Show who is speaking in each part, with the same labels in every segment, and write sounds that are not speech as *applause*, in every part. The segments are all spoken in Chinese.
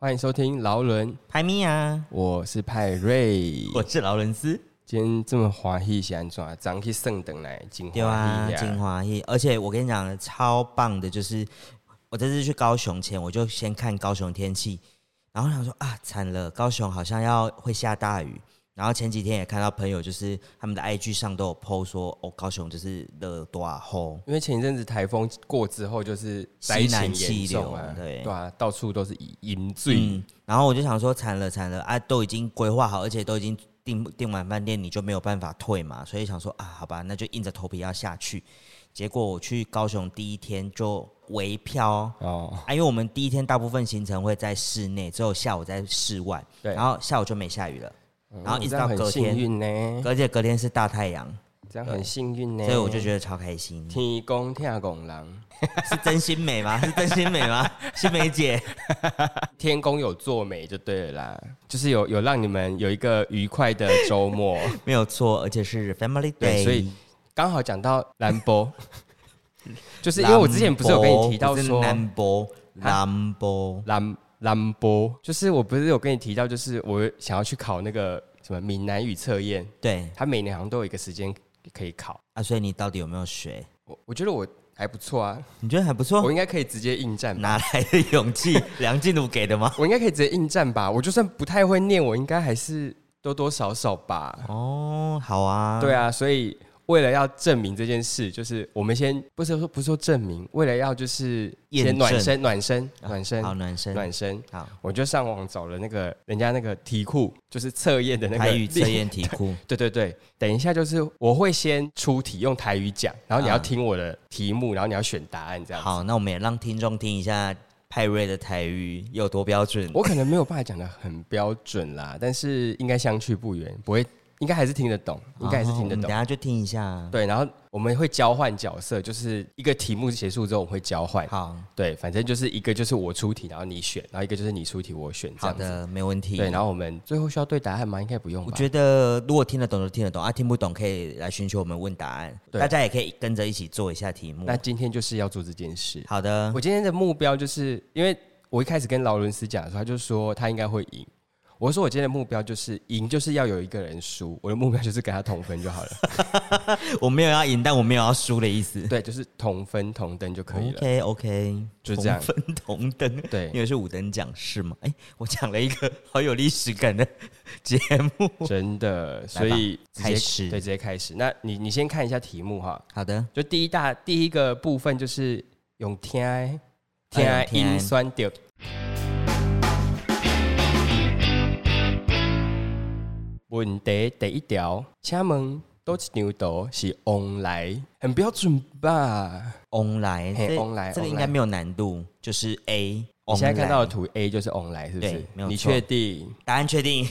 Speaker 1: 欢迎收听劳伦，
Speaker 2: 排咪啊呀，
Speaker 1: 我是派瑞。
Speaker 2: 我是劳伦斯，
Speaker 1: 今天这么欢喜是安怎？昨天去圣等来，真
Speaker 2: 对啊
Speaker 1: 欢，喜
Speaker 2: 金
Speaker 1: 呀！
Speaker 2: 华裔，而且我跟你讲，超棒的，就是我这次去高雄前，我就先看高雄天气，然后想说啊，惨了，高雄好像要会下大雨。然后前几天也看到朋友，就是他们的 IG 上都有 PO 说，哦，高雄就是热多啊吼，
Speaker 1: 因为前一阵子台风过之后，就是灾
Speaker 2: 西南
Speaker 1: 情严
Speaker 2: 气流
Speaker 1: 重啊，
Speaker 2: 哦对
Speaker 1: 对啊，到处都是以淫醉。
Speaker 2: 嗯，然后我就想说，惨了惨了啊，都已经规划好，而且都已经订订完饭店，你就没有办法退嘛，所以想说啊，好吧，那就硬着头皮要下去。结果我去高雄第一天就围票哦
Speaker 1: 哦，
Speaker 2: 啊，因为我们第一天大部分行程会在室内，只有下午在室外，
Speaker 1: 对嗯
Speaker 2: 然后下午就没下雨了，然后一直
Speaker 1: 这样
Speaker 2: 到
Speaker 1: 很
Speaker 2: 隔
Speaker 1: 幸
Speaker 2: 天，
Speaker 1: 运呢，
Speaker 2: 而且隔天是大太阳，
Speaker 1: 这样很幸运呢，
Speaker 2: 所以我就觉得超开心。
Speaker 1: 天公天公狼，
Speaker 2: 是真心美吗？是真心美吗？ *laughs* 新梅姐，
Speaker 1: 天公有作美就对了啦，就是有有让你们有一个愉快的周末。
Speaker 2: 没有错，而且是 Family
Speaker 1: 对，
Speaker 2: Day，
Speaker 1: 所以刚好讲到兰
Speaker 2: *laughs*
Speaker 1: 博，就是因为我之前不是有跟你提到说
Speaker 2: 兰博，兰博，
Speaker 1: 兰兰博，就是我不是有跟你提到，就是我想要去考那个什么闽南语测验，
Speaker 2: 对
Speaker 1: 它每年好像都有一个时间可以考。
Speaker 2: 啊，所以你到底有没有学？
Speaker 1: 我我觉得我还不错啊，
Speaker 2: 你觉得还不
Speaker 1: 我
Speaker 2: 错，
Speaker 1: 应该可以直接应战吧，
Speaker 2: 哦哪来的勇气？
Speaker 1: *laughs*
Speaker 2: 梁静茹给的吗？
Speaker 1: 我应该可以直接应战吧。我就算不太会念，我应该还是多多少少吧。
Speaker 2: 哦，好啊，
Speaker 1: 对啊，所以为了要证明这件事，就是我们先不是说不是说证明，为了要就是
Speaker 2: 验
Speaker 1: 先
Speaker 2: 证啊
Speaker 1: 暖身暖身暖身
Speaker 2: 好暖身，
Speaker 1: 暖身，
Speaker 2: 好，
Speaker 1: 我就上网找了那个人家那个题库，就是测验的那个
Speaker 2: 台语测。验题库，
Speaker 1: *laughs* 对对对，等一下就是我会先出题，用台语讲，然后你要听我的题目，然后你要选答案这样。
Speaker 2: 好，那我们也让听众听一下派瑞的台语有多标准。
Speaker 1: 我可能没有办法讲的很标准啦，但是应该相去不远，不会，应该还是听得懂，应该还是
Speaker 2: 哦
Speaker 1: 听得
Speaker 2: 我们
Speaker 1: 懂
Speaker 2: 等。下就听一下。
Speaker 1: 对，然后我们会交换角色，就是一个题目结束之后我们会交换。
Speaker 2: 好
Speaker 1: 对，反正就是一个就是我出题，然后你选，然后一个就是你出题我选这
Speaker 2: 好
Speaker 1: 样子。
Speaker 2: 的，没问题。
Speaker 1: 对，然后我们最后需要对答案吗？应该不用吧。
Speaker 2: 我觉得如果听得懂就听得懂啊，听不懂可以来寻求我们问答案，
Speaker 1: 对
Speaker 2: 大家也可以跟着一起做一下题目
Speaker 1: 那。今天就是要做这件事。
Speaker 2: 嗯好啊的
Speaker 1: 我，今天的目标就是，因为我一开始跟劳伦斯讲的时候，他就说他应该会赢。我说我今天的目标就是赢，就是要有一个人输。我的目标就是跟他同分就好
Speaker 2: *laughs*
Speaker 1: 了。
Speaker 2: 我没有要赢，但我没有要输的意思。
Speaker 1: 对，就是同分同登就可以了。
Speaker 2: OK OK，
Speaker 1: 就这样
Speaker 2: 同分同登。
Speaker 1: 对
Speaker 2: 你也是五等奖是吗？哎、我讲了一个好有历史感的节目。
Speaker 1: 真的，所以直接
Speaker 2: 开始
Speaker 1: 对，直接开始。那你你先看一下题目哈，
Speaker 2: 好的，
Speaker 1: 就第一大第一个部分就是用天爱天
Speaker 2: 哎
Speaker 1: 爱
Speaker 2: 用听的
Speaker 1: 音酸调。问题第一条，请问多一张图是往来，很标准吧？
Speaker 2: 翁来，
Speaker 1: 嘿
Speaker 2: 这
Speaker 1: 翁来
Speaker 2: 这个
Speaker 1: 翁
Speaker 2: 应该
Speaker 1: 来
Speaker 2: 没有难度，就是 A。
Speaker 1: 你现在看到的
Speaker 2: 翁来
Speaker 1: 图 A 就是往来，是不是
Speaker 2: 对没？有
Speaker 1: 你
Speaker 2: 错
Speaker 1: 确定？
Speaker 2: 答案确定，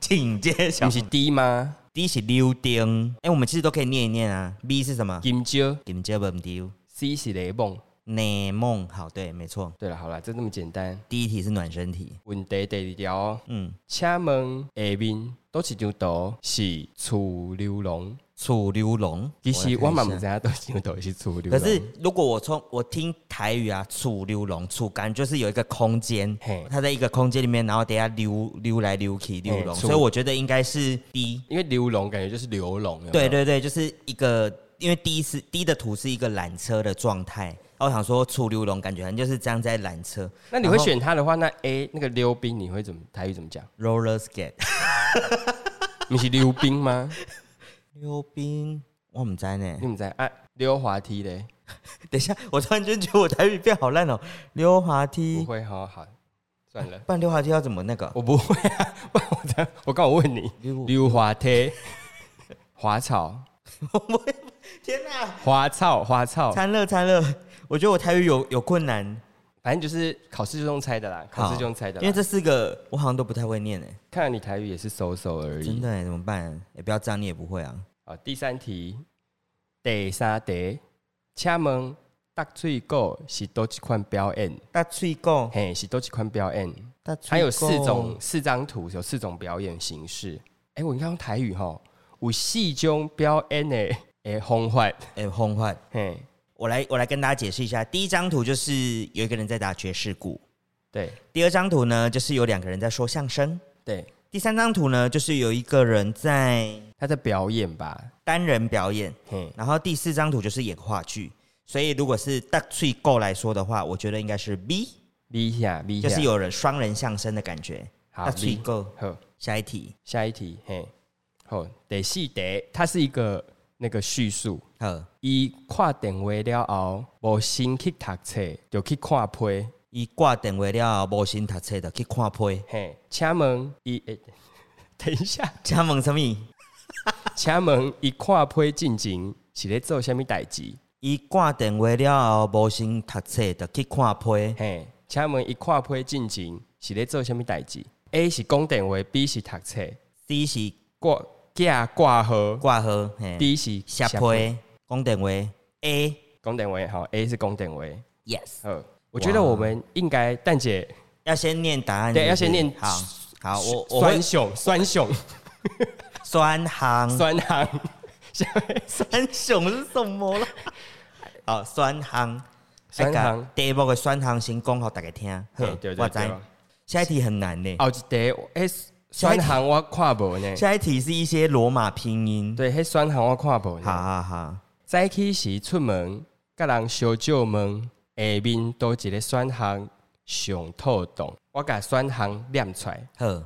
Speaker 2: 请揭晓
Speaker 1: 你。是 D 吗？
Speaker 2: D 是溜丁，哎、我们其实都可以念一念啊。B 是什么？
Speaker 1: 金蕉
Speaker 2: 金接本丢，
Speaker 1: C 是雷梦。
Speaker 2: 内梦。好，对，没错。
Speaker 1: 对了，好了，就这么简单。
Speaker 2: 第一题是暖身题，
Speaker 1: 问题第二条哦，
Speaker 2: 嗯，
Speaker 1: 请问下面多一张图是楚留龙？
Speaker 2: 楚留龙。
Speaker 1: 其实我
Speaker 2: 来看一
Speaker 1: 嘛
Speaker 2: 下
Speaker 1: 不知道多一张图是楚留
Speaker 2: 可
Speaker 1: 龙。
Speaker 2: 是如果我从我听台语啊，楚溜龙，楚感觉就是有一个空间
Speaker 1: 嘿，
Speaker 2: 它在一个空间里面，然后等下溜溜来溜去溜龙，
Speaker 1: 嘿处
Speaker 2: 所以我觉得应该是 D。
Speaker 1: 因为流龙感觉就是流龙，有没有
Speaker 2: 对，对对，就是一个，因为 D 是 D 的图是一个缆车的状态。哦我想说楚溜龙，感觉好像就是这样在缆车。
Speaker 1: 那你会选它的话，那 A 那个溜冰你会怎么台语怎么讲？
Speaker 2: roller skate *laughs*
Speaker 1: 你是溜冰吗？
Speaker 2: 溜冰？我唔知道呢 *laughs*
Speaker 1: 你。们在啊溜滑梯嘞？
Speaker 2: 等一下，我突然间觉得我台语变好烂哦。溜滑
Speaker 1: 不
Speaker 2: 梯，
Speaker 1: 会哈，好，算了，
Speaker 2: 不然溜滑梯要怎么那个？
Speaker 1: 我不会啊。 *laughs* 不然我这样，我刚好问你
Speaker 2: *laughs* 溜
Speaker 1: 溜滑梯、滑草、
Speaker 2: 天哪、
Speaker 1: 花草、花草，
Speaker 2: 惨了惨了！ *laughs* 我觉得我台语有有困难，
Speaker 1: 反正就是考试就用猜的啦，考试就用猜的啦。
Speaker 2: 因为这四个我好像都不太会念哎，
Speaker 1: 看来你台语也是手手而已。
Speaker 2: 真的哎，怎么办？也不要这样，你也不会啊。
Speaker 1: 好，第三题，第三题，请问搭水果是多几款表演？
Speaker 2: 大吹狗，
Speaker 1: 嘿，是多几款表演？它
Speaker 2: 大吹
Speaker 1: 有四种，四张图，有四种表演形式。哎、我应该用台语吼，有四种表演的诶方法。
Speaker 2: 哎，轰坏！
Speaker 1: 嘿，
Speaker 2: 我来我来跟大家解释一下，第一张图就是有一个人在打爵士鼓，
Speaker 1: 对
Speaker 2: 第二张图呢，就是有两个人在说相声；
Speaker 1: 对，
Speaker 2: 第三张图呢，就是有一个人在
Speaker 1: 他在表演吧？
Speaker 2: 单人表演；
Speaker 1: 嘿，
Speaker 2: 然后第四张图就是演话剧。所以如果是大翠够来说的话，我觉得应该是 B，
Speaker 1: 眯一下，眯一
Speaker 2: 就
Speaker 1: 下，
Speaker 2: 是有人双人相声的感觉。
Speaker 1: 好
Speaker 2: 大翠
Speaker 1: 眯
Speaker 2: 够，
Speaker 1: 好，
Speaker 2: 下一题，
Speaker 1: 下一题，嘿，好，得细得，它是一个那个叙述。
Speaker 2: 好，
Speaker 1: 伊看电话了后，无先去读册，就去看批。
Speaker 2: 伊挂电话了，无心读册的去看批。
Speaker 1: 嘿，请问伊、诶 *laughs* 等一下，
Speaker 2: 加盟什么？
Speaker 1: 请问伊看批进前是咧做虾物代志？
Speaker 2: 伊挂电话了后，无心读册的去看批。
Speaker 1: 嘿，请问伊看批进前是咧做虾物代志？A 是讲电话，B 是读册，
Speaker 2: C 是
Speaker 1: 挂寄挂号
Speaker 2: 挂号，嘿
Speaker 1: ，D 是
Speaker 2: 下嗯批讲电话 A。
Speaker 1: 讲电话，好，A 是讲电话。
Speaker 2: Yes，
Speaker 1: 呃，我觉得我们应该，蛋姐
Speaker 2: 要先念答案是不是，
Speaker 1: 对要先念
Speaker 2: 好，好，啊我我
Speaker 1: 酸
Speaker 2: 会
Speaker 1: 熊酸
Speaker 2: *laughs*
Speaker 1: 熊
Speaker 2: 酸行，
Speaker 1: 酸行，下面
Speaker 2: 酸熊是什么了？ *laughs* 好，酸行，
Speaker 1: 酸行
Speaker 2: 要把第一步的酸行先讲给大家听。
Speaker 1: 嘿
Speaker 2: 好
Speaker 1: 对对
Speaker 2: 我
Speaker 1: 对
Speaker 2: 知。下一题很难呢，
Speaker 1: 哦后一题，迄选项我看无呢。
Speaker 2: 下一题是一些罗马拼音。
Speaker 1: 对，迄选项我看无
Speaker 2: 好
Speaker 1: 呢。
Speaker 2: 好好，
Speaker 1: 早起时出门，甲人相借问，下面多一个选项上透洞。我甲选项念出来
Speaker 2: 好，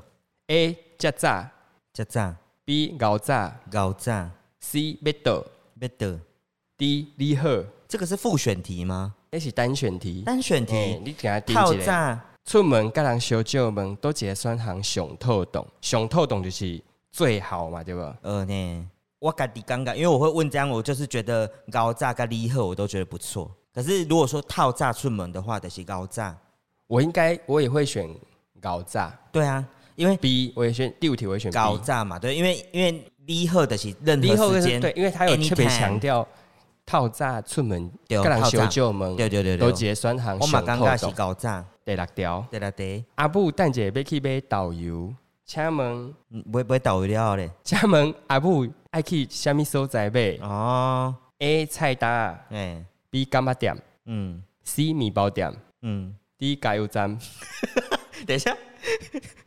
Speaker 1: ：A 较早
Speaker 2: 这咋
Speaker 1: ，B 熬早
Speaker 2: 搞咋
Speaker 1: ，C 要倒
Speaker 2: 要得？
Speaker 1: ，D 你好。
Speaker 2: 这个是复选题吗？
Speaker 1: 那是单选题，
Speaker 2: 单选
Speaker 1: 嘿
Speaker 2: 题，
Speaker 1: 你给他定
Speaker 2: 套
Speaker 1: 一个。
Speaker 2: 炸
Speaker 1: 出门甲人相借问，多一个选项上透洞。上透洞就是最好嘛，对不？
Speaker 2: 呃呢，我家己刚刚，因为我会问这样，我就是觉得高炸跟离合我都觉得不错。可是如果说套炸出门的话，就是高炸。
Speaker 1: 我应该我也会选熬早。
Speaker 2: 对啊，因为
Speaker 1: B，我也选第五题，我也选 B。
Speaker 2: 高炸嘛，对，因为因为离合的是任
Speaker 1: 第一后
Speaker 2: 何
Speaker 1: 就
Speaker 2: 时
Speaker 1: 是
Speaker 2: 间，
Speaker 1: 对，因为他有特别强调套炸出门，
Speaker 2: 对
Speaker 1: 个人
Speaker 2: 套炸
Speaker 1: 修旧门，
Speaker 2: 对对对
Speaker 1: 都
Speaker 2: 对
Speaker 1: 结酸行
Speaker 2: 我嘛
Speaker 1: 上
Speaker 2: 刚
Speaker 1: 透
Speaker 2: 刚是
Speaker 1: 洞
Speaker 2: 高炸，
Speaker 1: 第六条。
Speaker 2: 对啦对，
Speaker 1: 阿母蛋姐要去买导游，请问 *laughs*
Speaker 2: 嗯不会不会倒了嘞。
Speaker 1: 请问阿母爱去什么所在买
Speaker 2: 哦，
Speaker 1: ？A 菜单
Speaker 2: 哎、
Speaker 1: ，B 干巴店
Speaker 2: 嗯
Speaker 1: ，C 面包店
Speaker 2: 嗯，
Speaker 1: ，D 加油站。
Speaker 2: 等一下， *laughs*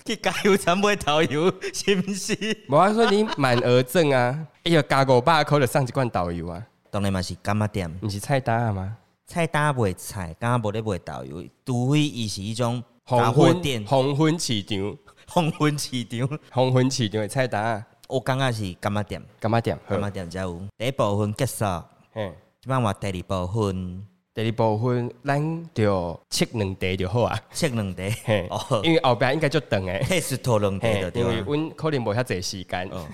Speaker 2: 去加油站买导游是不是？
Speaker 1: 啊我还说你满额赠啊， *laughs* 哎呦，加五百块就送一罐导游啊，
Speaker 2: 当然嘛是干嘛点。
Speaker 1: 你是菜单啊吗？
Speaker 2: 菜单卖菜，敢若无咧卖豆油，除非伊是迄种杂
Speaker 1: 红
Speaker 2: 货
Speaker 1: 昏
Speaker 2: 店、
Speaker 1: 红昏市场，
Speaker 2: 黄昏市场，
Speaker 1: 红昏市场的菜单，啊
Speaker 2: 我感觉是干嘛店，
Speaker 1: 干巴店，好
Speaker 2: 干嘛店才有。第一部分结束，
Speaker 1: 嘿。
Speaker 2: 即摆换第二部分
Speaker 1: 第二部分咱就切两题就好啊，
Speaker 2: 切两题
Speaker 1: 嘿，
Speaker 2: 哦
Speaker 1: 因为后壁应该就长诶，
Speaker 2: ，test 讨论题
Speaker 1: 嘿
Speaker 2: 就
Speaker 1: 因为
Speaker 2: 对了。
Speaker 1: 阮可能无遐侪时间，
Speaker 2: 哦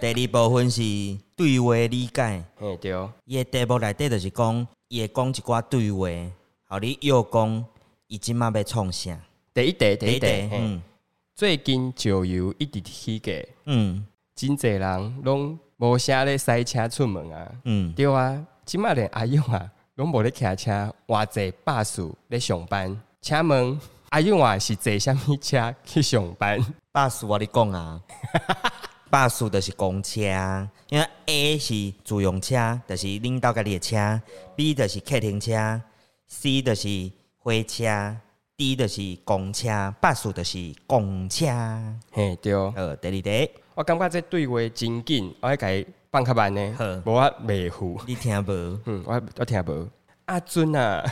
Speaker 2: 第二部分是对话理解，
Speaker 1: 嘿对，
Speaker 2: 伊的题目内底就是讲，伊会讲一寡对话，互你又讲伊即摆要创啥？
Speaker 1: 第一题第
Speaker 2: 第
Speaker 1: 一
Speaker 2: 一
Speaker 1: 题
Speaker 2: 题，，
Speaker 1: 嘿
Speaker 2: 嗯
Speaker 1: 最近石油一直起价，
Speaker 2: 嗯
Speaker 1: 真侪人拢无啥咧塞车出门啊，
Speaker 2: 嗯，
Speaker 1: 对啊，即卖连阿勇啊拢无咧骑车，偌济巴士咧上班，请问阿勇啊是坐啥物车去上班？
Speaker 2: 巴士我咧讲 *laughs* 啊，巴士就是公车，啊因为 A 是自用车，就是领导家己的车；B 就是客停车；C 就是火车；D 就是公车，巴士就是公车。
Speaker 1: 嘿对，
Speaker 2: 呃，第二题
Speaker 1: 我感觉这对话真紧，我要甲伊放较慢
Speaker 2: 好
Speaker 1: 呢，无我袂赴。 *laughs*
Speaker 2: 你听无？
Speaker 1: 嗯，我我听无。阿尊啊，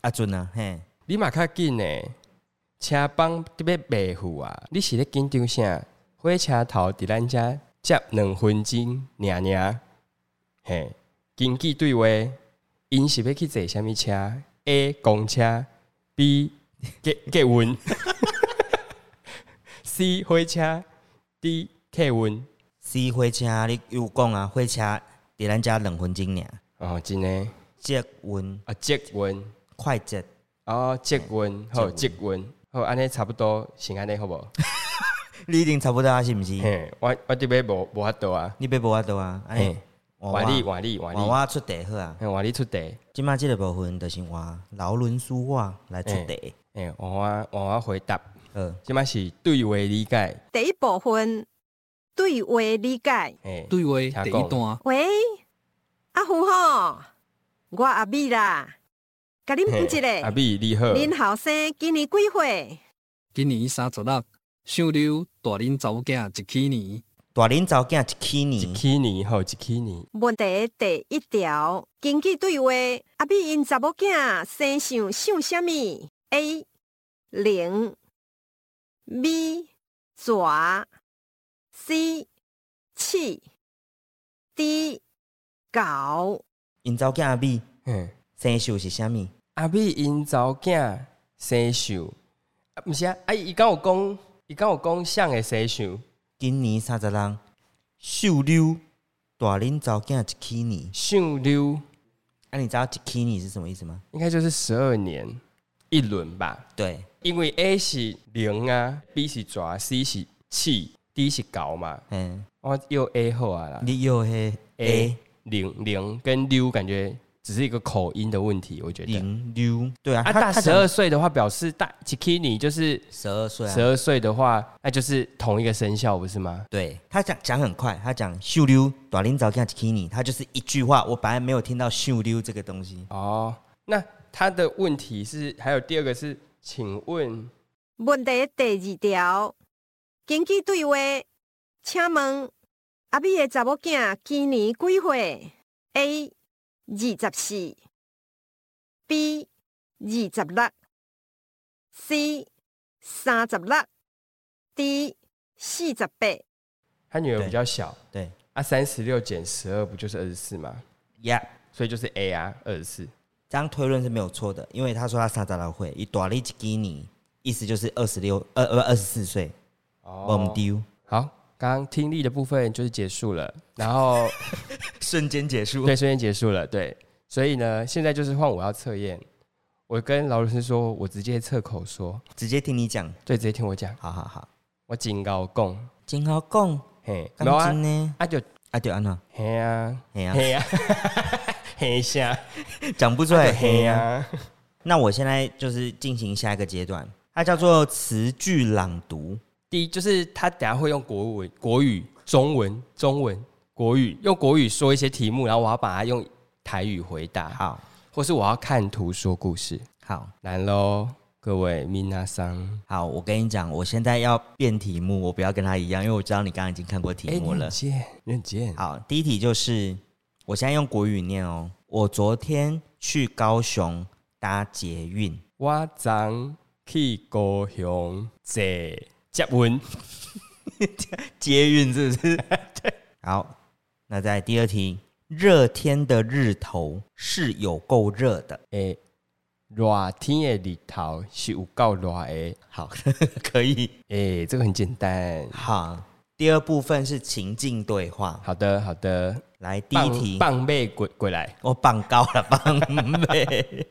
Speaker 2: 阿准啊，嘿，
Speaker 1: 你嘛较紧呢，车帮特别白付啊！你是咧紧张啥？火车头伫咱遮接两分钟，娘娘。嘿，根据对话，因是要去坐啥物车？A 公车，B 捷捷运 *laughs* ，C 火车，D 客运。
Speaker 2: c 火车你又讲啊，火车伫咱遮两分钟尔，
Speaker 1: 哦，真诶，
Speaker 2: 捷运
Speaker 1: 啊，捷运，
Speaker 2: 快捷。
Speaker 1: 哦，捷运，好，捷运，好，安尼差不多，先安尼好无？
Speaker 2: 你已经差不多啊，是毋
Speaker 1: *laughs*
Speaker 2: 是？
Speaker 1: 嘿，我我这边无无法度啊，
Speaker 2: 你别无法度啊，安
Speaker 1: 嘿
Speaker 2: 尼，
Speaker 1: 换
Speaker 2: 我
Speaker 1: 你换你换
Speaker 2: 换
Speaker 1: 你，
Speaker 2: 我出题好啊。
Speaker 1: 嘿换你出题，
Speaker 2: 即马即个部分就是换劳伦斯我来出题。
Speaker 1: 嘿换我换我回答，
Speaker 2: 呃，
Speaker 1: 即摆是对话理解，
Speaker 3: 第一部分对话理解。
Speaker 1: 嘿，
Speaker 4: 对话第
Speaker 1: 听讲
Speaker 4: 一段，
Speaker 3: 喂，阿虎吼，我阿美啦，甲恁问一
Speaker 1: 嘿阿呃
Speaker 3: 个，
Speaker 1: 美你好，
Speaker 3: 恁后生今年几岁？
Speaker 4: 今年三十六，上流大恁查某囝一起年，
Speaker 2: 大林早囝一起
Speaker 1: 一
Speaker 2: 年，
Speaker 1: 起年吼，一起年，
Speaker 3: 问题第一条，根据对话，阿比因查某囝生想想什物 a 零，B 蛇，C 气，D 狗。
Speaker 2: 因早囝阿美
Speaker 1: 嘿，
Speaker 2: 生肖是啥物？
Speaker 1: 阿美因查某囝生肖，啊毋是啊，啊伊敢有讲，伊敢有讲谁的生肖，
Speaker 2: 今年三十六，秀溜大林早囝一起年。
Speaker 1: 上溜
Speaker 2: 啊，你知道一起年是什么意思吗？
Speaker 1: 应该就是十二年一轮吧，
Speaker 2: 对，
Speaker 1: 因为 A 是零啊，B 是蛇，C 是气，D 是狗嘛，
Speaker 2: 嗯，
Speaker 1: 我又 A 好啊啦
Speaker 2: 你有迄
Speaker 1: ，A
Speaker 2: A
Speaker 1: 零零跟溜感觉只是一个口音的问题，我觉得。
Speaker 2: 零溜，对啊，
Speaker 1: 啊，
Speaker 2: 他
Speaker 1: 大
Speaker 2: 他
Speaker 1: 十
Speaker 2: 讲
Speaker 1: 二岁的话，表示大 Chikini 就是
Speaker 2: 十二岁
Speaker 1: 十
Speaker 2: 啊，
Speaker 1: 二岁的话，那就是同一个生肖，不是吗？
Speaker 2: 对他讲讲很快，他讲秀溜大林早囝一起年，他就是一句话，我本来没有听到秀溜这个东西。
Speaker 1: 哦，那他的问题是，还有第二个是，请问
Speaker 3: 问题第二条，根据对话，请问阿美的查某囝今年几岁？A 二十四，B 二十六，C 三十六，D 四十八。
Speaker 1: 他女儿
Speaker 2: 对
Speaker 1: 比较小
Speaker 2: 对
Speaker 1: 啊，三十六减十二不就是二十四吗？
Speaker 2: ，Yeah，
Speaker 1: 所以就是 A 啊，二十四。
Speaker 2: 这样推论是没有错的，因为他说他三十六岁，以大林一起年，意思就是二十六二二二十四岁，我们
Speaker 1: 哦，
Speaker 2: 丢，
Speaker 1: 好，刚刚听力的部分就是结束了，然后 *laughs*
Speaker 2: 瞬间结束。
Speaker 1: 对，瞬间结束了，对，所以呢，现在就是换我要测验。我跟劳伦斯说，我直接测口说，
Speaker 2: 直接听你讲，
Speaker 1: 对，直接听我讲，
Speaker 2: 好好好，
Speaker 1: 我警告讲，
Speaker 2: 真好讲，
Speaker 1: 嘿，没有
Speaker 2: 感
Speaker 1: 啊
Speaker 2: 情，呢？
Speaker 1: 啊就
Speaker 2: 啊对安怎？
Speaker 1: 嘿啊，
Speaker 2: 嘿啊，
Speaker 1: 嘿啊， *laughs* 嘿一下，
Speaker 2: 讲不出来
Speaker 1: 嘿
Speaker 2: 嘿啊。
Speaker 1: 啊，
Speaker 2: 那我现在就是进行下一个阶段，它叫做词句朗读。
Speaker 1: 第一就是他等下会用国文、国语、中文、中文、国语，用国语说一些题目，然后我要把它用台语回答，
Speaker 2: 好，
Speaker 1: 或是我要看图说故事，
Speaker 2: 好，
Speaker 1: 难喽，各位米娜桑。
Speaker 2: 好，我跟你讲，我现在要变题目，我不要跟他一样，因为我知道你刚刚已经看过题
Speaker 1: 哎，
Speaker 2: 目
Speaker 1: 你
Speaker 2: 了
Speaker 1: 很。贱，你很贱。
Speaker 2: 好，第一题就是，我现在用国语念哦。我昨天去高雄搭捷运，
Speaker 1: 我昨去高雄坐接吻，
Speaker 2: *laughs* 捷运是不是？ *laughs* 对。好，那在第二题，热天的日头是有够热的。
Speaker 1: 诶，哎热天的日头是有够热的。
Speaker 2: 好， *laughs* 可以。
Speaker 1: 诶，这个很简单。
Speaker 2: 好，第二部分是情境对话。
Speaker 1: 好的，好的。
Speaker 2: 来，第一题，
Speaker 1: 棒棒妹滚过来。
Speaker 2: 我棒高了，棒妹。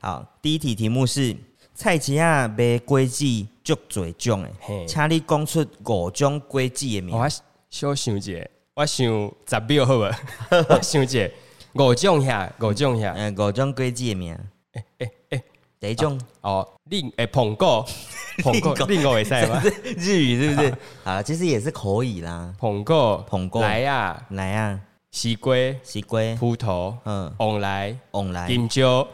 Speaker 2: 好，第一题题目是菜市啊卖果子足侪种
Speaker 1: 嘿
Speaker 2: 诶，请你讲出五种果子的名
Speaker 1: 哦。我小想一下，我想十秒好无？ *laughs* 我想一下，五种遐，五种遐。
Speaker 2: 嗯、五种果子的名。诶诶诶，第一种、
Speaker 1: 哦，另诶捧果，捧果，另个会使
Speaker 2: *laughs*
Speaker 1: 吗？
Speaker 2: *laughs* 日语是不是？好了，其实也是可以啦。
Speaker 1: 捧果，
Speaker 2: 捧果
Speaker 1: 来啊，
Speaker 2: 来啊，
Speaker 1: 西瓜、
Speaker 2: 西瓜，
Speaker 1: 葡萄，
Speaker 2: 嗯，
Speaker 1: 往来。
Speaker 2: 往来，
Speaker 1: 金蕉。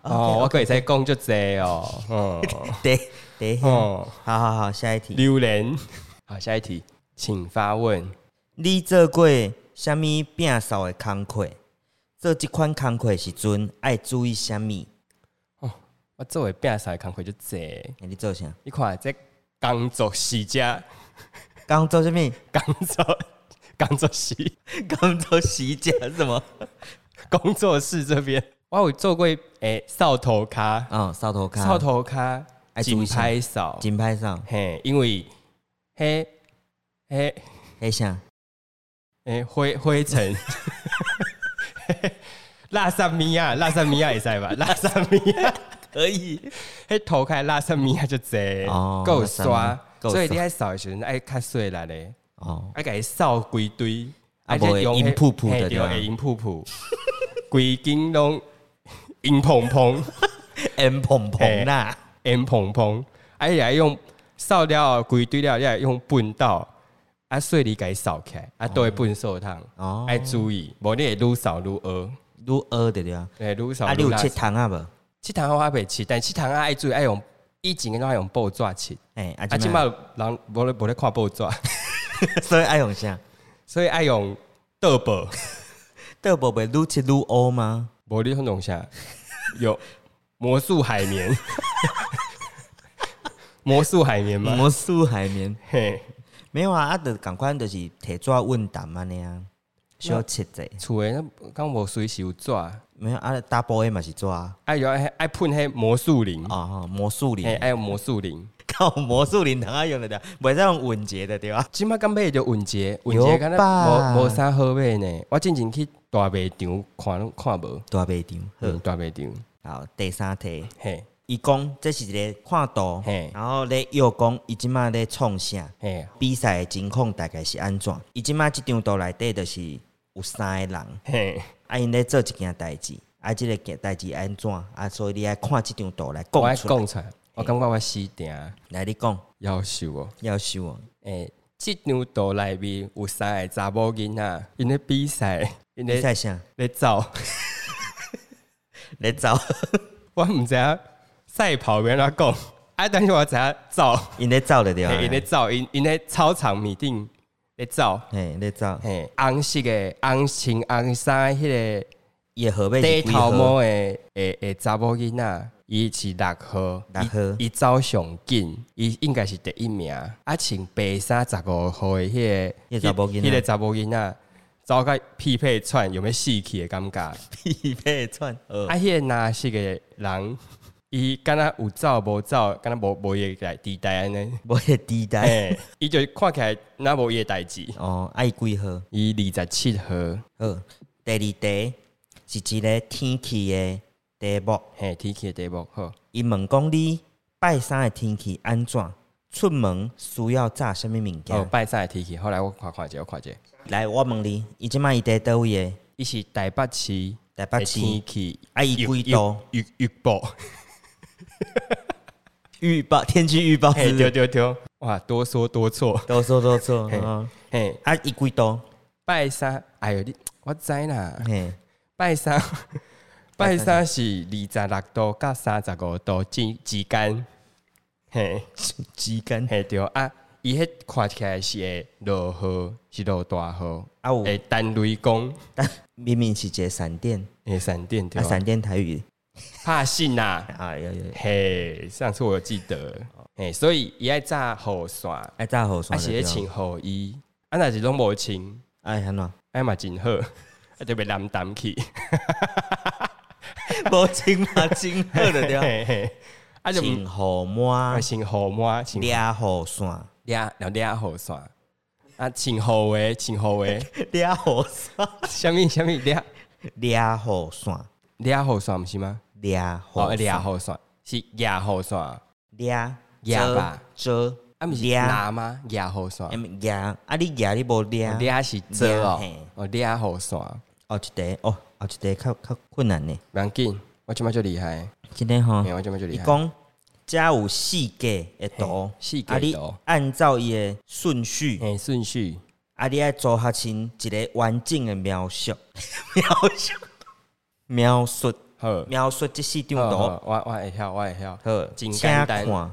Speaker 1: 哦，我可以再讲就这哦，
Speaker 2: *laughs* 对对，
Speaker 1: 嗯，哦，
Speaker 2: 好好好，下一题。
Speaker 1: 榴莲。好，下一题，请发问。
Speaker 2: 你做过什么摒扫的工课？做这款工课时阵爱注意什么？
Speaker 1: 我作为变啥工课就这，
Speaker 2: 你做啥？
Speaker 1: 你看这工作时间， *laughs*
Speaker 2: 刚做什么？
Speaker 1: 工作工作时
Speaker 2: *laughs* 刚做洗甲什么？
Speaker 1: 工作室这边，我有做过诶扫头卡，
Speaker 2: 哦，扫头卡，
Speaker 1: 扫头卡，
Speaker 2: 要注
Speaker 1: 紧
Speaker 2: 意啥
Speaker 1: 拍扫，
Speaker 2: 金牌上，
Speaker 1: 嘿，因为嘿嘿
Speaker 2: 黑啥？
Speaker 1: 诶灰灰尘。 *laughs* 拉萨米亚，拉萨米亚也在啊
Speaker 2: *laughs*
Speaker 1: 吧？拉萨米亚可以，啊迄头开拉萨米亚啊就济
Speaker 2: 哦，
Speaker 1: 够
Speaker 2: 拉
Speaker 1: 刷
Speaker 2: 萨，米
Speaker 1: 所以
Speaker 2: 够刷
Speaker 1: 你爱扫的时阵爱较细力咧，
Speaker 2: 哦，
Speaker 1: 爱甲伊扫规堆，
Speaker 2: 啊不会
Speaker 1: 迄
Speaker 2: 阴噗噗的
Speaker 1: 嘿
Speaker 2: 对
Speaker 1: 对，
Speaker 2: 吧
Speaker 1: 会阴噗噗，规间拢 *laughs* 阴蓬蓬， *laughs*
Speaker 2: M 蓬蓬啦，
Speaker 1: 阴蓬蓬，啊伊爱用扫了后规堆了，你爱用粪扫，啊细力甲伊扫起来，啊都会粪扫桶，
Speaker 2: 哦
Speaker 1: 爱注意，无你会愈扫愈恶。
Speaker 2: 愈学的对啊。
Speaker 1: 诶，愈少
Speaker 2: 啊，你
Speaker 1: 愈
Speaker 2: 有
Speaker 1: 垃
Speaker 2: 切
Speaker 1: 圾。
Speaker 2: 糖啊无？
Speaker 1: 即桶仔我袂饲，但即桶仔爱注意爱用，以前个爱用报纸饲，
Speaker 2: 哎，啊，
Speaker 1: 啊，即
Speaker 2: 即
Speaker 1: 摆
Speaker 2: 摆
Speaker 1: 人无咧无咧看报纸， *laughs*
Speaker 2: 所以爱用啥？
Speaker 1: 所以爱用桌报，
Speaker 2: 豆宝贝愈切愈乌吗？
Speaker 1: 无你通用啥？啊有魔术海 *laughs* 绵，魔术海绵嘛，
Speaker 2: 魔术海绵
Speaker 1: 嘿，
Speaker 2: 没有啊，啊，就赶快就是摕纸问答安尼啊，小切者
Speaker 1: 厝诶，那敢无随时有纸，啊
Speaker 2: 没有啊，double A 嘛是纸啊，
Speaker 1: 有爱爱喷迄魔术灵，
Speaker 2: 哦，魔术
Speaker 1: 嘿，
Speaker 2: 林，
Speaker 1: 爱用魔术灵。
Speaker 2: *laughs* 靠魔术林，当然用得着，袂使用稳节的对啊吧？
Speaker 1: 即摆刚买就文杰，文
Speaker 2: 有
Speaker 1: 杰敢
Speaker 2: 吧
Speaker 1: 若无无啥好买呢。我进前去大卖场看拢看无，
Speaker 2: 大白场，
Speaker 1: 嗯，大卖场，
Speaker 2: 好，好第三题，
Speaker 1: 嘿
Speaker 2: 伊讲这是一个看图
Speaker 1: 嘿，
Speaker 2: 然后咧又讲伊即马咧创啥？
Speaker 1: 嘿
Speaker 2: 比赛的情况大概是安怎？伊即马即张图内底就是有三个人，
Speaker 1: 嘿，
Speaker 2: 啊因咧做一件代志，啊即、个代志安怎？啊所以你爱看即张图来
Speaker 1: 我爱
Speaker 2: 讲出
Speaker 1: 讲
Speaker 2: 来。
Speaker 1: 出来，我感觉我死定
Speaker 2: 来你讲，
Speaker 1: 夭寿哦。
Speaker 2: 要修哦。
Speaker 1: 诶，即张图内面有三个查某囡仔，因咧比赛，因
Speaker 2: 比
Speaker 1: 咧
Speaker 2: 赛啥？
Speaker 1: 咧走，
Speaker 2: 咧走， *laughs*
Speaker 1: 我毋知影赛跑要安怎讲，啊，但是我知影走，
Speaker 2: 因咧走了对吧
Speaker 1: 嘿因咧走，因因咧操场面顶咧走，
Speaker 2: 嘿，咧走，
Speaker 1: 嘿，红色的红穿红衫迄个。
Speaker 2: 伊的号码是
Speaker 1: 低
Speaker 2: 几
Speaker 1: 头
Speaker 2: 号？ *laughs*
Speaker 1: 毛的的的查某囡仔，伊是六号，
Speaker 2: 六号
Speaker 1: 伊伊走上紧，伊应该是第一名。啊，穿白衫十五号的迄、
Speaker 2: 那
Speaker 1: 那
Speaker 2: 个查某囡仔
Speaker 1: 迄个查某囡仔，走个匹配串有没有死去的感觉？
Speaker 2: *laughs*
Speaker 1: 啊，
Speaker 2: 匹配串。呃。
Speaker 1: 迄、个那是个人，伊敢若有走无走，敢若无无伊来地带安尼
Speaker 2: 我的地带。
Speaker 1: 哎，伊就看起来若无伊的代志。
Speaker 2: 哦，爱几号？
Speaker 1: 伊二十七号，
Speaker 2: 好，第二题是一个天气的题目。
Speaker 1: 嘿，天气的题目好，
Speaker 2: 伊问讲你拜三的天气安怎？出门需要炸什物物件？
Speaker 1: 哦，拜三的天气，后来我看看者，我看者。
Speaker 2: 来，我问你，伊即摆伊在倒位的？
Speaker 1: 伊是台北市
Speaker 2: 台北市
Speaker 1: 的天气，
Speaker 2: 啊伊
Speaker 1: 预
Speaker 2: 几度？
Speaker 1: 预预报，
Speaker 2: 预报天气预报
Speaker 1: 嘿，
Speaker 2: 是
Speaker 1: 对对对，哇，多说多错，
Speaker 2: 多说多错。
Speaker 1: 嘿
Speaker 2: 嗯
Speaker 1: 嘿，
Speaker 2: 啊，伊几度？
Speaker 1: 拜三，哎呦，你我知啦，
Speaker 2: 嘿，
Speaker 1: *laughs* 拜三，拜三是二十六度到三十五度之之间，嘿，
Speaker 2: 之间
Speaker 1: 嘿对啊，伊迄看起来是会落雨，是落大雨，
Speaker 2: 啊有
Speaker 1: 会单雷公，
Speaker 2: 但明明是一个闪电，
Speaker 1: 会闪电
Speaker 2: 啊，
Speaker 1: 对吧
Speaker 2: 闪？电台语。
Speaker 1: 怕信啦，
Speaker 2: 啊，有有，有
Speaker 1: 嘿，上次我有记得，嘿，所以伊爱炸雨伞。
Speaker 2: 啊，炸好
Speaker 1: 啊
Speaker 2: 爽。
Speaker 1: 是咧穿雨衣，啊若是拢无穿，
Speaker 2: 哎，安怎？
Speaker 1: 哎嘛真好， *laughs* 啊就被淋淡去，
Speaker 2: 无穿嘛，真好的对吧。
Speaker 1: *laughs* 嘿嘿，啊就
Speaker 2: 穿
Speaker 1: 毋
Speaker 2: 雨满
Speaker 1: 啊，穿雨满，穿
Speaker 2: 掠雨伞，
Speaker 1: 俩了俩雨伞，啊穿雨诶，穿雨 *laughs* 诶，
Speaker 2: 掠雨伞，
Speaker 1: 啥物啥物俩
Speaker 2: 掠雨伞，
Speaker 1: 俩雨伞毋是吗？
Speaker 2: 掠
Speaker 1: 哦
Speaker 2: 雨
Speaker 1: 俩
Speaker 2: 伞，
Speaker 1: 雨伞是俩雨伞，啊
Speaker 2: 掠
Speaker 1: 抓吧，
Speaker 2: 遮
Speaker 1: 毋是
Speaker 2: 掠，
Speaker 1: 拿吗？俩雨伞，
Speaker 2: 嗯掠啊你掠你无掠，
Speaker 1: 哦俩是遮
Speaker 2: 抓
Speaker 1: 哦
Speaker 2: 嘿，
Speaker 1: 哦俩雨伞，
Speaker 2: 后一题哦，后一题较较困难呢，
Speaker 1: 不要紧，我即摆最厉害，
Speaker 2: 今天吼，
Speaker 1: 嘿我即摆最
Speaker 2: 伊
Speaker 1: 厉害，
Speaker 2: 讲遮有四格的图，
Speaker 1: 四格
Speaker 2: 啊你
Speaker 1: 图
Speaker 2: 按照伊的顺序，
Speaker 1: 嘿顺序，
Speaker 2: 啊你爱做较清一个完整的描述，描述，描述，
Speaker 1: 好。
Speaker 2: 描述这四张
Speaker 1: 好
Speaker 2: 图，
Speaker 1: 好我我会晓，我会晓。
Speaker 2: 好，
Speaker 1: 真
Speaker 2: 请
Speaker 1: 简单
Speaker 2: 看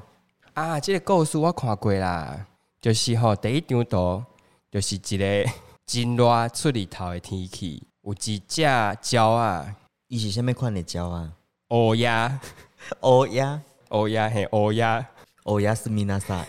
Speaker 1: 啊，这个故事我看过啦，就是吼、第一张图，就是一个 *laughs* 真热出日头的天气，有一只鸟啊，
Speaker 2: 伊是虾物款的鸟啊？
Speaker 1: 乌鸦，
Speaker 2: 乌鸦，
Speaker 1: 乌鸦嘿，乌鸦，
Speaker 2: 乌鸦是米娜莎，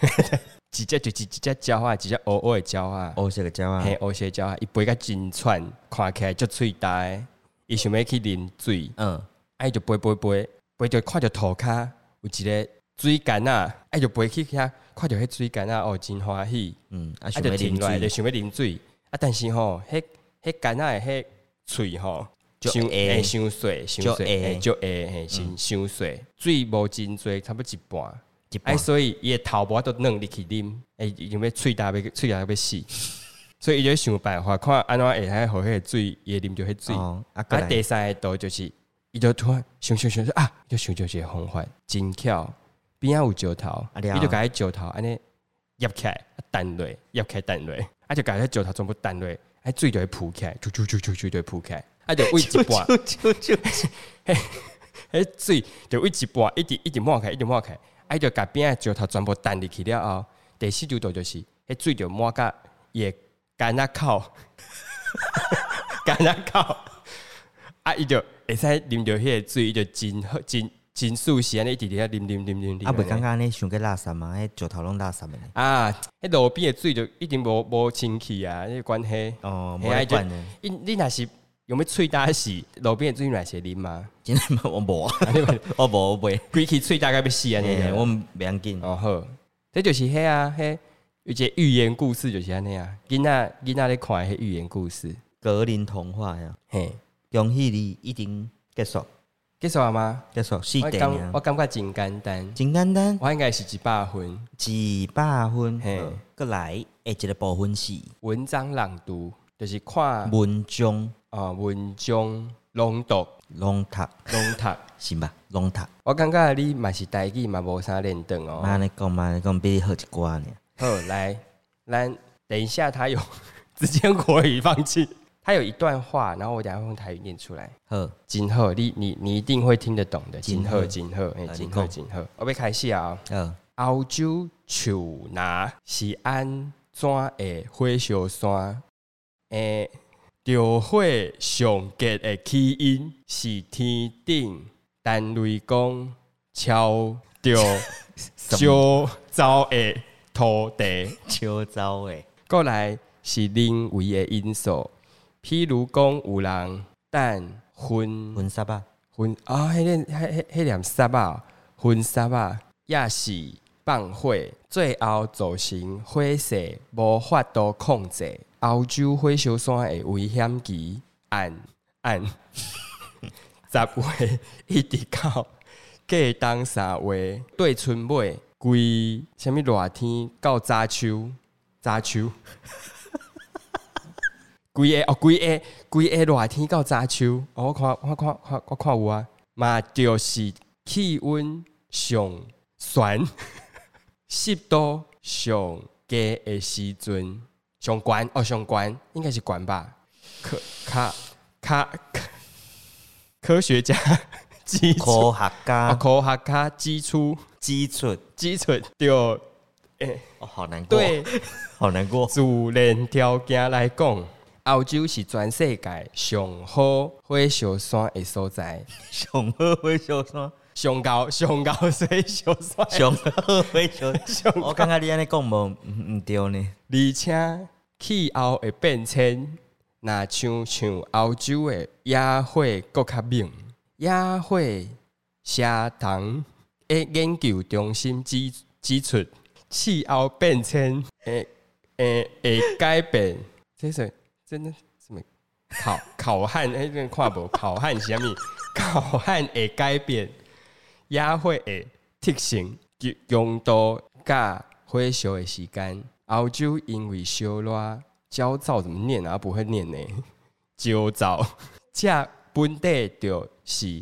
Speaker 1: 一只就是一只鸟啊，一只乌乌的鸟啊，
Speaker 2: 乌色的鸟啊。
Speaker 1: 嘿，乌色鸟啊，伊飞甲真喘，看起来足喙呆，伊想要去啉水，
Speaker 2: 嗯，
Speaker 1: 啊，伊就飞飞飞，飞就看着涂骹有一个水干啊，啊，伊就飞去遐，看着迄水干啊，哦，真欢喜。
Speaker 2: 嗯，啊，
Speaker 1: 啊，
Speaker 2: 想
Speaker 1: 就
Speaker 2: 要
Speaker 1: 停落来，
Speaker 2: 啉
Speaker 1: 就想
Speaker 2: 水，
Speaker 1: 要啉水。啊，但是吼，迄迄囡仔的迄喙吼，
Speaker 2: 就
Speaker 1: 伤
Speaker 2: 会
Speaker 1: 会伤水，伤
Speaker 2: 就
Speaker 1: 水
Speaker 2: 会嗯
Speaker 1: 嘿就会嘿，伤伤水，水无真多，差不多一半。
Speaker 2: 一半
Speaker 1: 哎，所以伊的头毛都弄入去啉，哎，因为喙焦要喙焦要死，所以伊就想办法看安怎会使互迄个水，伊会啉着迄水。
Speaker 2: 哦，啊，过
Speaker 1: 啊，
Speaker 2: 来 *laughs*
Speaker 1: 第三个图就是，伊就突然想想想说啊，伊就想着一个方法，真巧，边仔有石头，
Speaker 2: 啊
Speaker 1: 伊、
Speaker 2: 了
Speaker 1: 就甲迄石头安尼压起来，啊弹落，压起来弹落，啊就甲迄石头全部弹落，啊
Speaker 2: *laughs*
Speaker 1: *laughs* 水就会浮起来，啾啾啾啾啾就会浮起来，啊就为一半，
Speaker 2: 啾啾啾，
Speaker 1: 迄水就一直半一直一直满开，一直满开，啊，伊就甲边仔石头全部弹入去了后，第四周度就是迄水就满甲伊诶干仔口， *laughs* 干仔口，啊，伊就会使啉着迄个水，伊就真好真真舒适安尼一直伫遐啉啉啉啉啉。
Speaker 2: 啊，袂感觉你想个垃圾嘛？迄石头拢垃圾的呢。
Speaker 1: 啊，迄路边的水就一定无无清气啊，迄个关系。
Speaker 2: 哦，
Speaker 1: 嘿啊
Speaker 2: 无爱管呢。
Speaker 1: 你你若是用要喙焦是路边的水若是啉
Speaker 2: *laughs*
Speaker 1: 嘛？
Speaker 2: *laughs* 真的吗？我
Speaker 1: *laughs*
Speaker 2: 无，
Speaker 1: 啊你们
Speaker 2: *laughs* 我无，我袂。
Speaker 1: 规气喙焦甲要死安尼
Speaker 2: 嘿
Speaker 1: 的。
Speaker 2: 我袂要紧。
Speaker 1: 哦好，这就是迄啊迄有一个寓言故事就是安尼啊，囡仔囡仔咧看迄寓言故事，
Speaker 2: 格林童话呀，
Speaker 1: 嘿，
Speaker 2: 恭喜你一定结束，
Speaker 1: 结束了吗？
Speaker 2: 结束四
Speaker 1: 我
Speaker 2: 点
Speaker 1: 感我
Speaker 2: 啊，
Speaker 1: 感觉真简单，
Speaker 2: 真简单，
Speaker 1: 我应该是一百分。
Speaker 2: 一百分。
Speaker 1: 嘿
Speaker 2: 好再来，下一个部分是
Speaker 1: 文章朗读就是看
Speaker 2: 文章
Speaker 1: 啊文章朗读
Speaker 2: 拢读，
Speaker 1: 朗读。
Speaker 2: 是吧？拢读。
Speaker 1: 我感觉你嘛是台语嘛无啥练长哦。
Speaker 2: 妈你讲妈你讲比你好一寡呢。
Speaker 1: 好，来，咱等一下，他有 *laughs* 直接用国语放弃。他有一段话，然后我等一下用台语念出来。
Speaker 2: 好，
Speaker 1: 金鹤，你你你一定会听得懂的。金
Speaker 2: 真
Speaker 1: 鹤，
Speaker 2: 好
Speaker 1: 金鹤，哎，
Speaker 2: 啊
Speaker 1: 金
Speaker 2: 你
Speaker 1: 鹤，
Speaker 2: 讲
Speaker 1: 金鹤。我要开始啊、
Speaker 2: 好，
Speaker 1: 澳洲树拿是安怎的火烧山？诶、着火上结的起因是天顶单雷公敲
Speaker 2: *laughs*
Speaker 1: 着烧走的土地。
Speaker 2: 秋招诶，
Speaker 1: 过来是人为的因素，譬如讲有人等婚
Speaker 2: 婚纱吧，
Speaker 1: 婚啊，迄个迄迄迄念杀啊，婚杀啊，也是放火，最后造成火势无法度控制，澳洲火烧山的危险期按按 *laughs* 十月一直到过冬三月对春尾，规什物热天到早秋早秋。 *laughs* 规个哦，规个规个热天到早秋，哦，我看我看我看我看有啊，嘛就是气温上悬， *laughs* 湿度上低的时阵，上悬哦上悬，应该是悬吧？科科科科学家 *laughs* 基础，
Speaker 2: 嗯科学
Speaker 1: 哦
Speaker 2: 家
Speaker 1: 科学家基础
Speaker 2: 基础，
Speaker 1: 基础着
Speaker 2: 哦，好难过，
Speaker 1: 对。
Speaker 2: 好难过。
Speaker 1: 自然条件来讲，澳洲是全世界上好火烧山的所在，
Speaker 2: 上好会烧山，
Speaker 1: 上高上高水烧山，
Speaker 2: 上哎好会烧
Speaker 1: 上
Speaker 2: 我感觉你安尼讲无毋毋对呢，
Speaker 1: 而且气候会变迁，若像像澳洲的野火搁较猛，野火社堂的研究中心指指出，气候变迁会会会改变，这是真的什么？考考旱，哎，这看无考旱是啥物？ *laughs* 考旱会改变。也会的特性、及用度、甲火烧的时间。澳洲因为烧热、焦躁，怎么念啊？不会念呢？ *laughs* 焦躁，这本地就是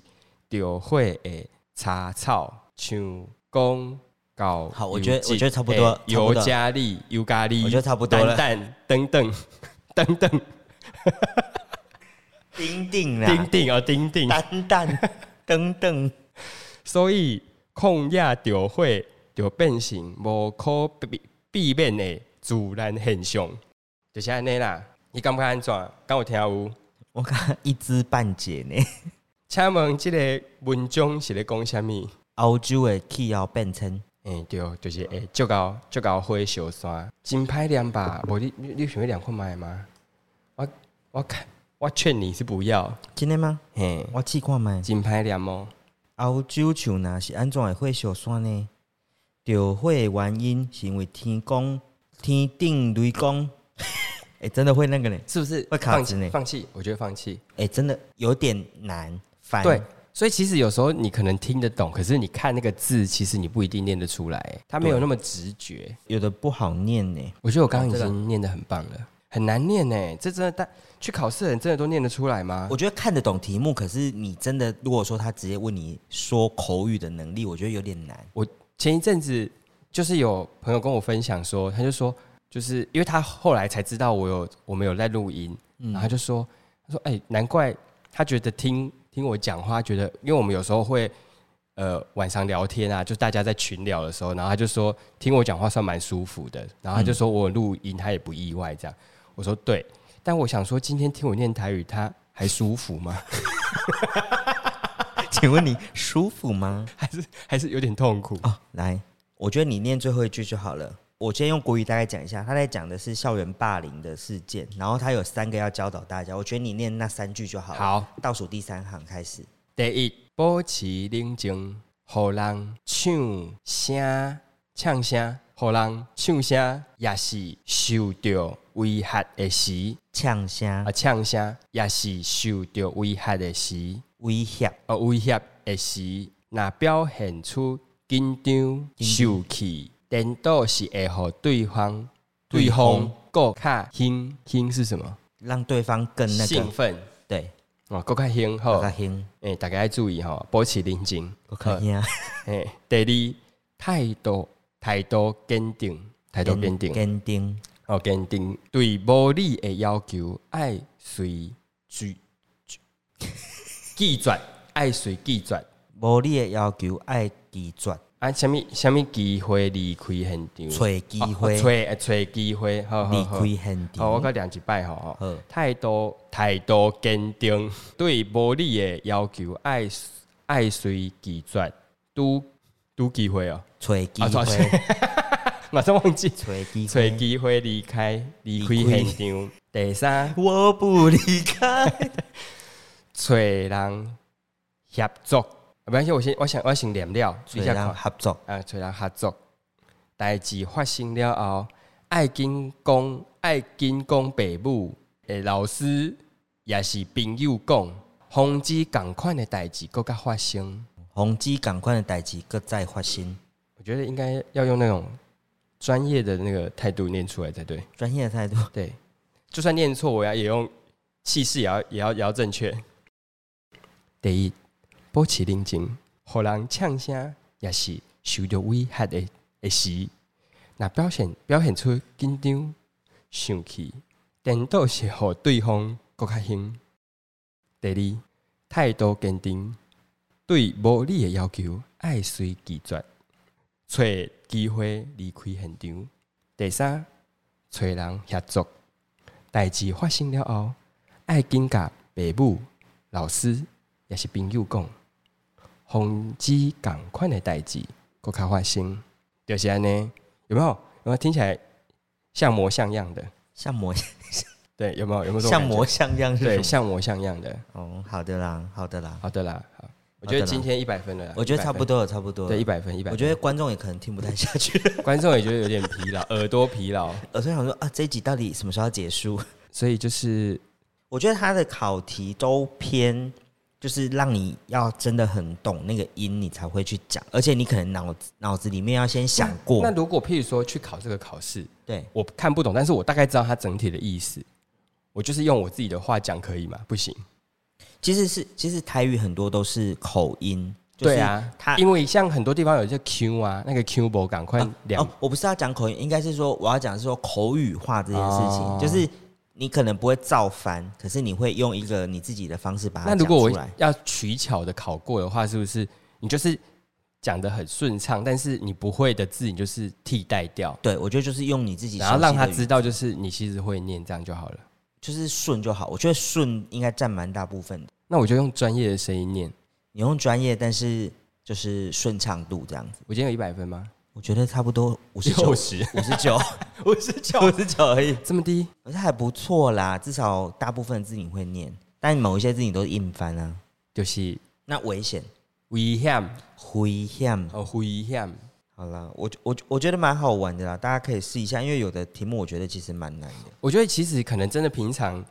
Speaker 1: 着火的茶草，像讲到
Speaker 2: 好我觉得
Speaker 1: 油脂
Speaker 2: 我觉得差不多
Speaker 1: 欸
Speaker 2: 差
Speaker 1: 尤
Speaker 2: 不多
Speaker 1: 加利、尤加利，
Speaker 2: 我觉得差不多了
Speaker 1: 蛋蛋等等 *laughs* 等等，
Speaker 2: 丁丁
Speaker 1: 叮
Speaker 2: 啦，
Speaker 1: 叮哦，叮叮。
Speaker 2: 蛋蛋等等，
Speaker 1: 所以控压着会就变成无可避避免的自然现象，就是安尼啦。你感觉安怎？敢有听有？
Speaker 2: 我感觉一知半解 *laughs* 呢。
Speaker 1: 请问即个文章是咧讲啥物？
Speaker 2: 澳洲的气候变迁，
Speaker 1: 诶、对，就是诶，足够足够火烧山，真歹念吧？无你你你想要念看卖吗？我我看我劝你是不要，
Speaker 2: 真的吗？
Speaker 1: 嘿，
Speaker 2: 我试看麦。
Speaker 1: 真歹念哦。
Speaker 2: 澳洲树若是安怎会火烧山呢？着火的原因是因为天公天顶雷公， *laughs* 哎、真的会那个呢？
Speaker 1: 是不是
Speaker 2: 会卡
Speaker 1: 放
Speaker 2: 住呢
Speaker 1: 弃？放弃，我觉得放弃。
Speaker 2: 哎、真的有点难翻。
Speaker 1: 对，所以其实有时候你可能听得懂，可是你看那个字，其实你不一定念得出来，它没有那么直觉。
Speaker 2: 有的不好念呢。
Speaker 1: 我觉得我刚刚已
Speaker 2: 哦这个
Speaker 1: 经念得很棒了，很难念呢。这真的，但去考试的人真的都念得出来吗
Speaker 2: 我？觉得看得懂题目，可是你真的如果说他直接问你说口语的能力，我觉得有点 *laughs* 难。
Speaker 1: 我前一阵子就是有朋友跟我分享说，他就说，就是因为他后来才知道我有我们有在录音，然后他就说，他说，哎、难怪他觉得听。听我讲话，觉得因为我们有时候会呃晚上聊天啊，就大家在群聊的时候，然后他就说听我讲话算蛮舒服的，然后他就说我有录音他也不意外这样。我说对，但我想说今天听我念台语他还舒服吗？ *laughs*
Speaker 2: 请问你舒服吗？
Speaker 1: 还是还是有点痛苦？
Speaker 2: 哦，来，我觉得你念最后一句就好了。我先用国语大概讲一下，他在讲的是校园霸凌的事件，然后他有三个要教导大家。我觉得你念那三句就好了。，
Speaker 1: 好，
Speaker 2: 倒数第三行开始。
Speaker 1: 第一保持冷静，互人唱声唱声，互人唱声也是受到威胁的时。
Speaker 2: 呛虾
Speaker 1: 啊，呛声也是受到威胁的时，
Speaker 2: 威胁，
Speaker 1: 啊，威胁的时，若表现出紧张、受气，颠倒是会互对方对
Speaker 2: 对方
Speaker 1: 方够较兴兴是什么？
Speaker 2: 让对方更那
Speaker 1: 兴
Speaker 2: 个，
Speaker 1: 奋
Speaker 2: 对，
Speaker 1: 哦，够较兴
Speaker 2: 我
Speaker 1: 吼，
Speaker 2: 卡
Speaker 1: 诶、
Speaker 2: 兴，
Speaker 1: 大家要注意吼，保持冷静。
Speaker 2: 我卡
Speaker 1: 哦
Speaker 2: 兴，
Speaker 1: 诶、第二，态度态度坚定，态度坚定，
Speaker 2: 坚定，
Speaker 1: 哦，坚定对无理的要求，爱随拒拒拒绝，爱随拒绝。
Speaker 2: 无你的要求爱拒绝，
Speaker 1: 啊，什物什物机会离开现场？
Speaker 2: 找机
Speaker 1: 哦
Speaker 2: 会
Speaker 1: 找呃找机会，哦好好
Speaker 2: 离
Speaker 1: 好。
Speaker 2: 开现
Speaker 1: 好，我
Speaker 2: 场。
Speaker 1: 再念一摆吼吼。
Speaker 2: 好，
Speaker 1: 态度态度坚定，对无理的要求爱爱随拒绝，拄拄机会哦， *laughs*
Speaker 2: 找机
Speaker 1: 啊找机
Speaker 2: 会，
Speaker 1: 马上忘记。
Speaker 2: 找
Speaker 1: *laughs*
Speaker 2: 机
Speaker 1: 找
Speaker 2: 会，
Speaker 1: 机会离开离开
Speaker 2: 离开
Speaker 1: 现场。第三，
Speaker 2: 我不离
Speaker 1: *laughs*
Speaker 2: 开。
Speaker 1: 找人合作，啊没关系，我先我想我先念了，
Speaker 2: 找
Speaker 1: 你先看
Speaker 2: 人合作，
Speaker 1: 啊，找人合作。代志发生了后，爱紧讲爱紧讲爸母诶，老师也是朋友讲，防止共款的代志更加发生。
Speaker 2: 宏基赶快的代志搁再发生，
Speaker 1: 我觉得应该要用那种专业的那个态度念出来才对。
Speaker 2: 专业
Speaker 1: *laughs*
Speaker 2: 的态度。
Speaker 1: 对，就算念错，我要也用气势也要也要也要正确。第一，保持冷静，互人呛声也是受到威胁的的时，若表现表现出紧张、生气，颠倒是互对方更较兴。第二，态度坚定，对无理的要求爱随拒绝，找机会离开现场。第三，找人协助。代志发生了后，爱紧甲爸母、老师也是朋友讲，防止共款的代志搁较发生，就是安尼，有没有？有没有听起来像模像样的？
Speaker 2: 像模
Speaker 1: 对，有没有？有没有这种
Speaker 2: 像
Speaker 1: 感觉
Speaker 2: 模像样是什
Speaker 1: 对
Speaker 2: 么？
Speaker 1: 像模像样的？
Speaker 2: 哦，好的啦，好的啦，
Speaker 1: 好的啦，好，我觉得今天一百分了啦，
Speaker 2: 我觉得差不
Speaker 1: 多，
Speaker 2: 多了，差不多了。
Speaker 1: 对，一百分，一百。
Speaker 2: 我觉得观众也可能听不太下去。 *laughs*
Speaker 1: 得观众也觉得有点疲劳，耳朵疲劳，
Speaker 2: 我就想说啊，这一集到底什么时候要结束？
Speaker 1: 所以就是
Speaker 2: 我觉得他的考题都偏，就是让你要真的很懂那个音，你才会去讲，而且你可能脑子脑子里面要先想过
Speaker 1: 那。如果譬如说去考这个考试，
Speaker 2: 对，
Speaker 1: 我看不懂，但是我大概知道它整体的意思。我就是用我自己的话讲可以吗？不行，
Speaker 2: 其实是其实台语很多都是口音，就是
Speaker 1: 对啊，
Speaker 2: 它
Speaker 1: 因为像很多地方有一些 Q 啊，那个 Q 波赶快两、
Speaker 2: 哦，我不是要讲口音，应该是说我要讲是说口语化这件事情，
Speaker 1: 哦
Speaker 2: 就是你可能不会造反，可是你会用一个你自己的方式把它
Speaker 1: 那
Speaker 2: 讲
Speaker 1: 如果
Speaker 2: 出
Speaker 1: 我
Speaker 2: 来。
Speaker 1: 要取巧的考过的话，是不是你就是讲的很顺畅，但是你不会的字你就是替代掉，
Speaker 2: 对，我觉得就是用你自己熟悉的
Speaker 1: 然
Speaker 2: 语，
Speaker 1: 后让他知道就是你其实会念，这样就好了。
Speaker 2: 就是顺就好。我觉得顺应该占蛮大部分的。
Speaker 1: 那我就用专业的声音念。
Speaker 2: 你用专业，但是就是顺畅度这样子，
Speaker 1: 我今天有一百分吗？
Speaker 2: 我觉得差不多五十九，
Speaker 1: 十，
Speaker 2: 五十九，
Speaker 1: *laughs* 五十九，
Speaker 2: 五十九而已，
Speaker 1: 这么低？
Speaker 2: 我觉得还不错啦。至少大部分的字你会念，但某一些字你都是硬翻啊。
Speaker 1: 就是
Speaker 2: 那危险，
Speaker 1: 危险，
Speaker 2: 危险，
Speaker 1: 哦，危险。
Speaker 2: 好啦，我我我觉得蛮好玩的啦，大家可以试一下，因为有的题目我觉得其实蛮难的。
Speaker 1: 我觉得其实可能真的平常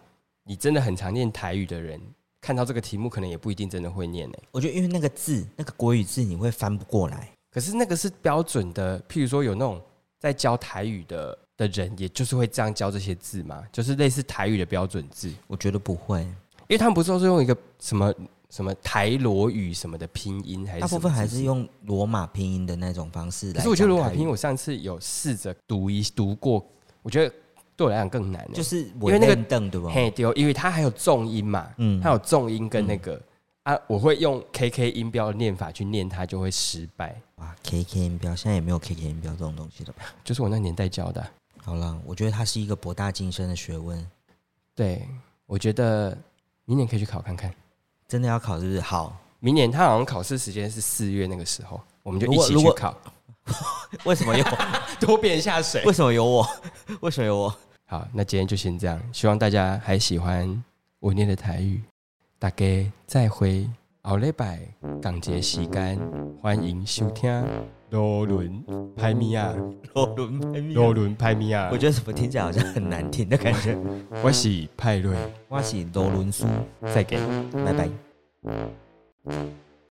Speaker 1: 你真的很常念台语的人，看到这个题目可能也不一定真的会念欸诶。
Speaker 2: 我觉得因为那个字，那个国语字你会翻不过来，
Speaker 1: 可是那个是标准的，譬如说有那种在教台语的的人，也就是会这样教这些字嘛，就是类似台语的标准字，因
Speaker 2: 我觉得不会，
Speaker 1: 为他们不是都是用一个什么什么台罗语什么的拼音，还是
Speaker 2: 大部
Speaker 1: 什么
Speaker 2: 分
Speaker 1: 字
Speaker 2: 还是。用罗马拼音的那种方式
Speaker 1: 可
Speaker 2: 来讲台语。
Speaker 1: 是我觉得罗马拼音，我上次有试着读一读过，我觉得对我来讲更难欸，
Speaker 2: 就是
Speaker 1: 为
Speaker 2: 我
Speaker 1: 那个
Speaker 2: 凳对吧？
Speaker 1: 嘿对哦，因为它还有重音嘛，
Speaker 2: 嗯
Speaker 1: 它有重音跟那个、啊，我会用 KK 音标的念法去念它，就会失败。
Speaker 2: 哇，K K 音标现在也没有 K K 音标这种东西了吧？
Speaker 1: 就是我那年代教的啊。
Speaker 2: 好了，我觉得它是一个博大精深的学问，
Speaker 1: 对，我觉得明年可以去考看看。
Speaker 2: 真的要考是不是？好， *laughs*
Speaker 1: 明年他好像考试时间是四月那个时候，我们就
Speaker 2: 如
Speaker 1: 一
Speaker 2: 果
Speaker 1: 起
Speaker 2: 如
Speaker 1: 去
Speaker 2: 果
Speaker 1: 考， *laughs*
Speaker 2: 为什 *laughs* 么有？
Speaker 1: 多变一下水
Speaker 2: 为。什么有我？ *laughs* 为什么有我？
Speaker 1: 好，那今天就先这样，希望大家还喜欢我念的台语。大家再会，后礼拜港节时间，欢迎收听罗伦拍米啊，
Speaker 2: 罗伦拍面
Speaker 1: 罗伦拍米啊
Speaker 2: 我，觉得怎么听起来好像很难听的感觉。
Speaker 1: 我是派瑞，
Speaker 2: 我是罗伦苏，
Speaker 1: 再见。
Speaker 2: 拜拜。